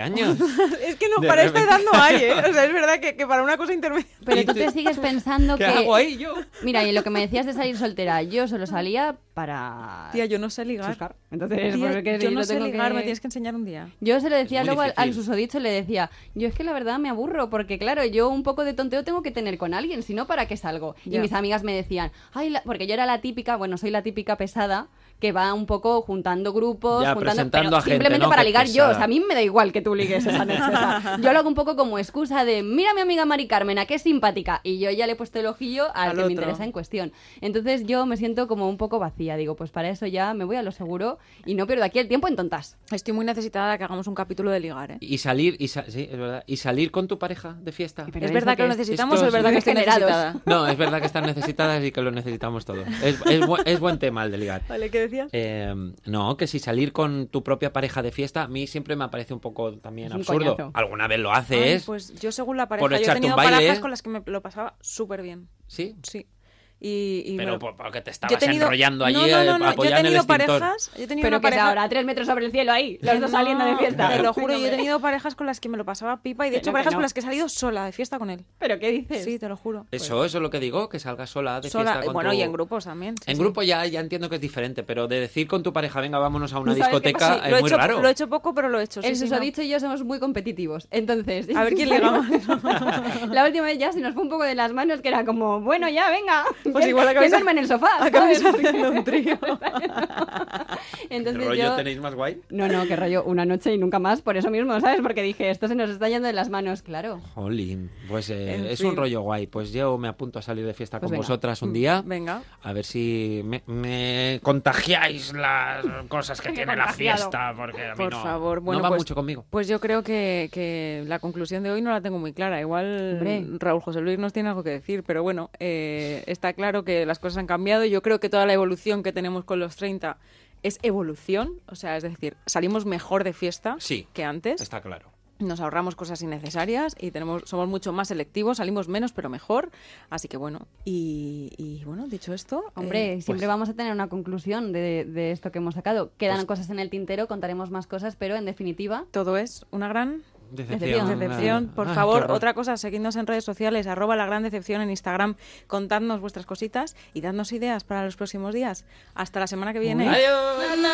Speaker 4: años.
Speaker 1: es que no,
Speaker 4: De
Speaker 1: para esta edad
Speaker 4: repente.
Speaker 1: no hay, ¿eh? O sea, es verdad que, que para una cosa intermedia.
Speaker 3: Pero tú te sigues pensando
Speaker 4: ¿Qué
Speaker 3: que...
Speaker 4: hago ahí yo?
Speaker 3: Mira, y lo que me decías de salir soltera, yo solo salía para...
Speaker 1: Tía, yo no sé ligar.
Speaker 3: Suscar. Entonces,
Speaker 1: Tía,
Speaker 3: ¿por qué
Speaker 1: yo
Speaker 3: si
Speaker 1: no
Speaker 3: lo
Speaker 1: sé
Speaker 3: tengo que-
Speaker 1: ligar, me tienes que enseñar un día.
Speaker 3: Yo se lo decía
Speaker 4: Es muy
Speaker 3: luego al, al
Speaker 4: difícil.
Speaker 3: susodicho, le decía, yo es que la verdad me aburro, porque claro, yo un poco de tonteo tengo que tener con alguien, si no, ¿para qué salgo?
Speaker 1: Ya.
Speaker 3: Y mis amigas me decían, ay, la-", porque yo era la típica, bueno, soy la típica pesada, que va un poco juntando grupos,
Speaker 4: Ya,
Speaker 3: juntando,
Speaker 4: presentando
Speaker 3: pero
Speaker 4: a gente,
Speaker 3: simplemente
Speaker 4: ¿no?
Speaker 3: para
Speaker 4: Qué
Speaker 3: ligar yo,
Speaker 4: pesada.
Speaker 3: o sea, a mí me da igual que tú ligues esa noche, o sea, yo lo hago un poco como excusa de, mira a mi amiga Mari Carmen, a qué simpática, y yo ya le he puesto el ojillo al,
Speaker 1: Al
Speaker 3: que
Speaker 1: otro.
Speaker 3: me interesa en cuestión. Entonces yo me siento como un poco vacía, digo, pues para eso ya me voy a lo seguro y no pierdo aquí el tiempo en tontas.
Speaker 1: Estoy muy necesitada de que hagamos un capítulo de ligar, ¿eh?
Speaker 4: Y salir, y sa- sí, es verdad, y salir con tu pareja de fiesta.
Speaker 3: Pero
Speaker 1: ¿Es
Speaker 3: ¿eso
Speaker 1: verdad
Speaker 3: qué
Speaker 1: que lo
Speaker 3: es?
Speaker 1: necesitamos
Speaker 4: Esto
Speaker 1: o es
Speaker 4: es
Speaker 1: verdad que estoy
Speaker 3: degenerados.
Speaker 1: necesitada?
Speaker 4: No, es verdad que están necesitadas y que lo necesitamos todos. Es, es bu- es buen tema el de ligar.
Speaker 1: Vale, ¿qué decías?
Speaker 4: Eh, no, que si salir con tu propia pareja de fiesta, a mí siempre me parece un poco también
Speaker 3: Es un
Speaker 4: absurdo.
Speaker 3: coñazo.
Speaker 4: Alguna vez lo
Speaker 1: Ay,
Speaker 4: haces,
Speaker 1: pues yo según la
Speaker 4: por
Speaker 1: pareja, yo he
Speaker 4: echarte un
Speaker 1: tenido
Speaker 4: baile.
Speaker 1: parejas con las que me lo pasaba súper bien,
Speaker 4: sí,
Speaker 1: sí. Y, y me
Speaker 4: pero
Speaker 1: lo-
Speaker 4: por- porque te
Speaker 1: Yo
Speaker 4: estabas
Speaker 1: he tenido-
Speaker 4: enrollando allí,
Speaker 1: no, no, no, no,
Speaker 4: eh, apoyando
Speaker 1: yo he
Speaker 4: el
Speaker 1: tenido
Speaker 4: extintor.
Speaker 1: parejas, yo he tenido
Speaker 3: Pero
Speaker 1: una
Speaker 3: que es
Speaker 1: pareja...
Speaker 3: ahora, a tres metros sobre el cielo ahí, los dos
Speaker 1: No,
Speaker 3: saliendo de fiesta.
Speaker 1: Te lo juro, yo he tenido parejas con las que me lo pasaba pipa y de
Speaker 3: Que
Speaker 1: hecho
Speaker 3: no, que
Speaker 1: parejas
Speaker 3: no.
Speaker 1: con las que he salido sola de fiesta con él.
Speaker 3: ¿Pero qué dices?
Speaker 1: Sí, te lo juro.
Speaker 4: Eso, eso es lo que digo, que salgas sola de
Speaker 1: Sola, eh,
Speaker 4: fiesta con
Speaker 1: bueno,
Speaker 4: tu-
Speaker 1: y en grupos también. sí,
Speaker 4: En
Speaker 1: sí.
Speaker 4: grupo ya, ya entiendo que es diferente, pero de decir con tu pareja, venga, vámonos a una
Speaker 3: No sabes qué
Speaker 4: discoteca,
Speaker 3: pasa.
Speaker 1: Sí,
Speaker 4: es
Speaker 1: lo, he
Speaker 4: muy
Speaker 1: hecho,
Speaker 4: raro.
Speaker 1: lo he hecho poco, pero lo he hecho. sí,
Speaker 3: El
Speaker 1: sí, no.
Speaker 3: susodicho y yo somos muy competitivos. Entonces,
Speaker 1: A ver quién le gana.
Speaker 3: la última vez ya se nos fue un poco de las manos, que era como, bueno, ya, venga.
Speaker 1: Pues igual
Speaker 3: que
Speaker 1: acabáis-
Speaker 3: duerme en el sofá.
Speaker 1: acabáis
Speaker 3: ¿sabes?
Speaker 1: haciendo un trío.
Speaker 4: ¿Qué
Speaker 3: Entonces
Speaker 4: rollo
Speaker 3: yo...
Speaker 4: tenéis más guay?
Speaker 3: No, no, qué rollo, una noche y nunca más, por eso mismo, ¿sabes? Porque dije, esto se nos está yendo de las manos, claro.
Speaker 4: Jolín, pues eh,
Speaker 1: En
Speaker 4: es
Speaker 1: fin. Mm.
Speaker 4: un rollo guay. Pues yo me apunto a salir de fiesta
Speaker 3: Pues
Speaker 4: con
Speaker 3: venga.
Speaker 4: vosotras un día.
Speaker 1: Venga.
Speaker 4: A ver si me, me contagiáis las cosas que tiene la fiesta, porque a mí
Speaker 1: Por
Speaker 4: no,
Speaker 1: favor, bueno,
Speaker 4: no va
Speaker 1: pues-
Speaker 4: mucho conmigo.
Speaker 1: Pues yo creo que, que la conclusión de hoy no la tengo muy clara. Igual
Speaker 3: Hombre.
Speaker 1: Raúl José Luis nos tiene algo que decir, pero bueno, eh, está claro que las cosas han cambiado. Yo creo que toda la evolución que tenemos con los 30 es evolución, o sea, es decir, salimos mejor de fiesta
Speaker 4: Sí.
Speaker 1: que antes.
Speaker 4: Está claro.
Speaker 1: nos ahorramos cosas innecesarias y tenemos somos mucho más selectivos, salimos menos pero mejor, así que bueno, y, y, bueno, dicho esto,
Speaker 3: Hombre,
Speaker 1: eh,
Speaker 3: siempre vamos a tener una conclusión de, de esto que hemos sacado. Quedan cosas en el tintero, contaremos más cosas, pero en definitiva,
Speaker 1: todo es una gran
Speaker 3: Decepción.
Speaker 1: decepción. Por
Speaker 4: Ah, qué
Speaker 1: favor,
Speaker 4: horror.
Speaker 1: otra cosa, seguidnos en redes sociales, arroba la gran decepción en Instagram, contadnos vuestras cositas y dadnos ideas para los próximos días. Hasta la semana que viene.
Speaker 4: Adiós.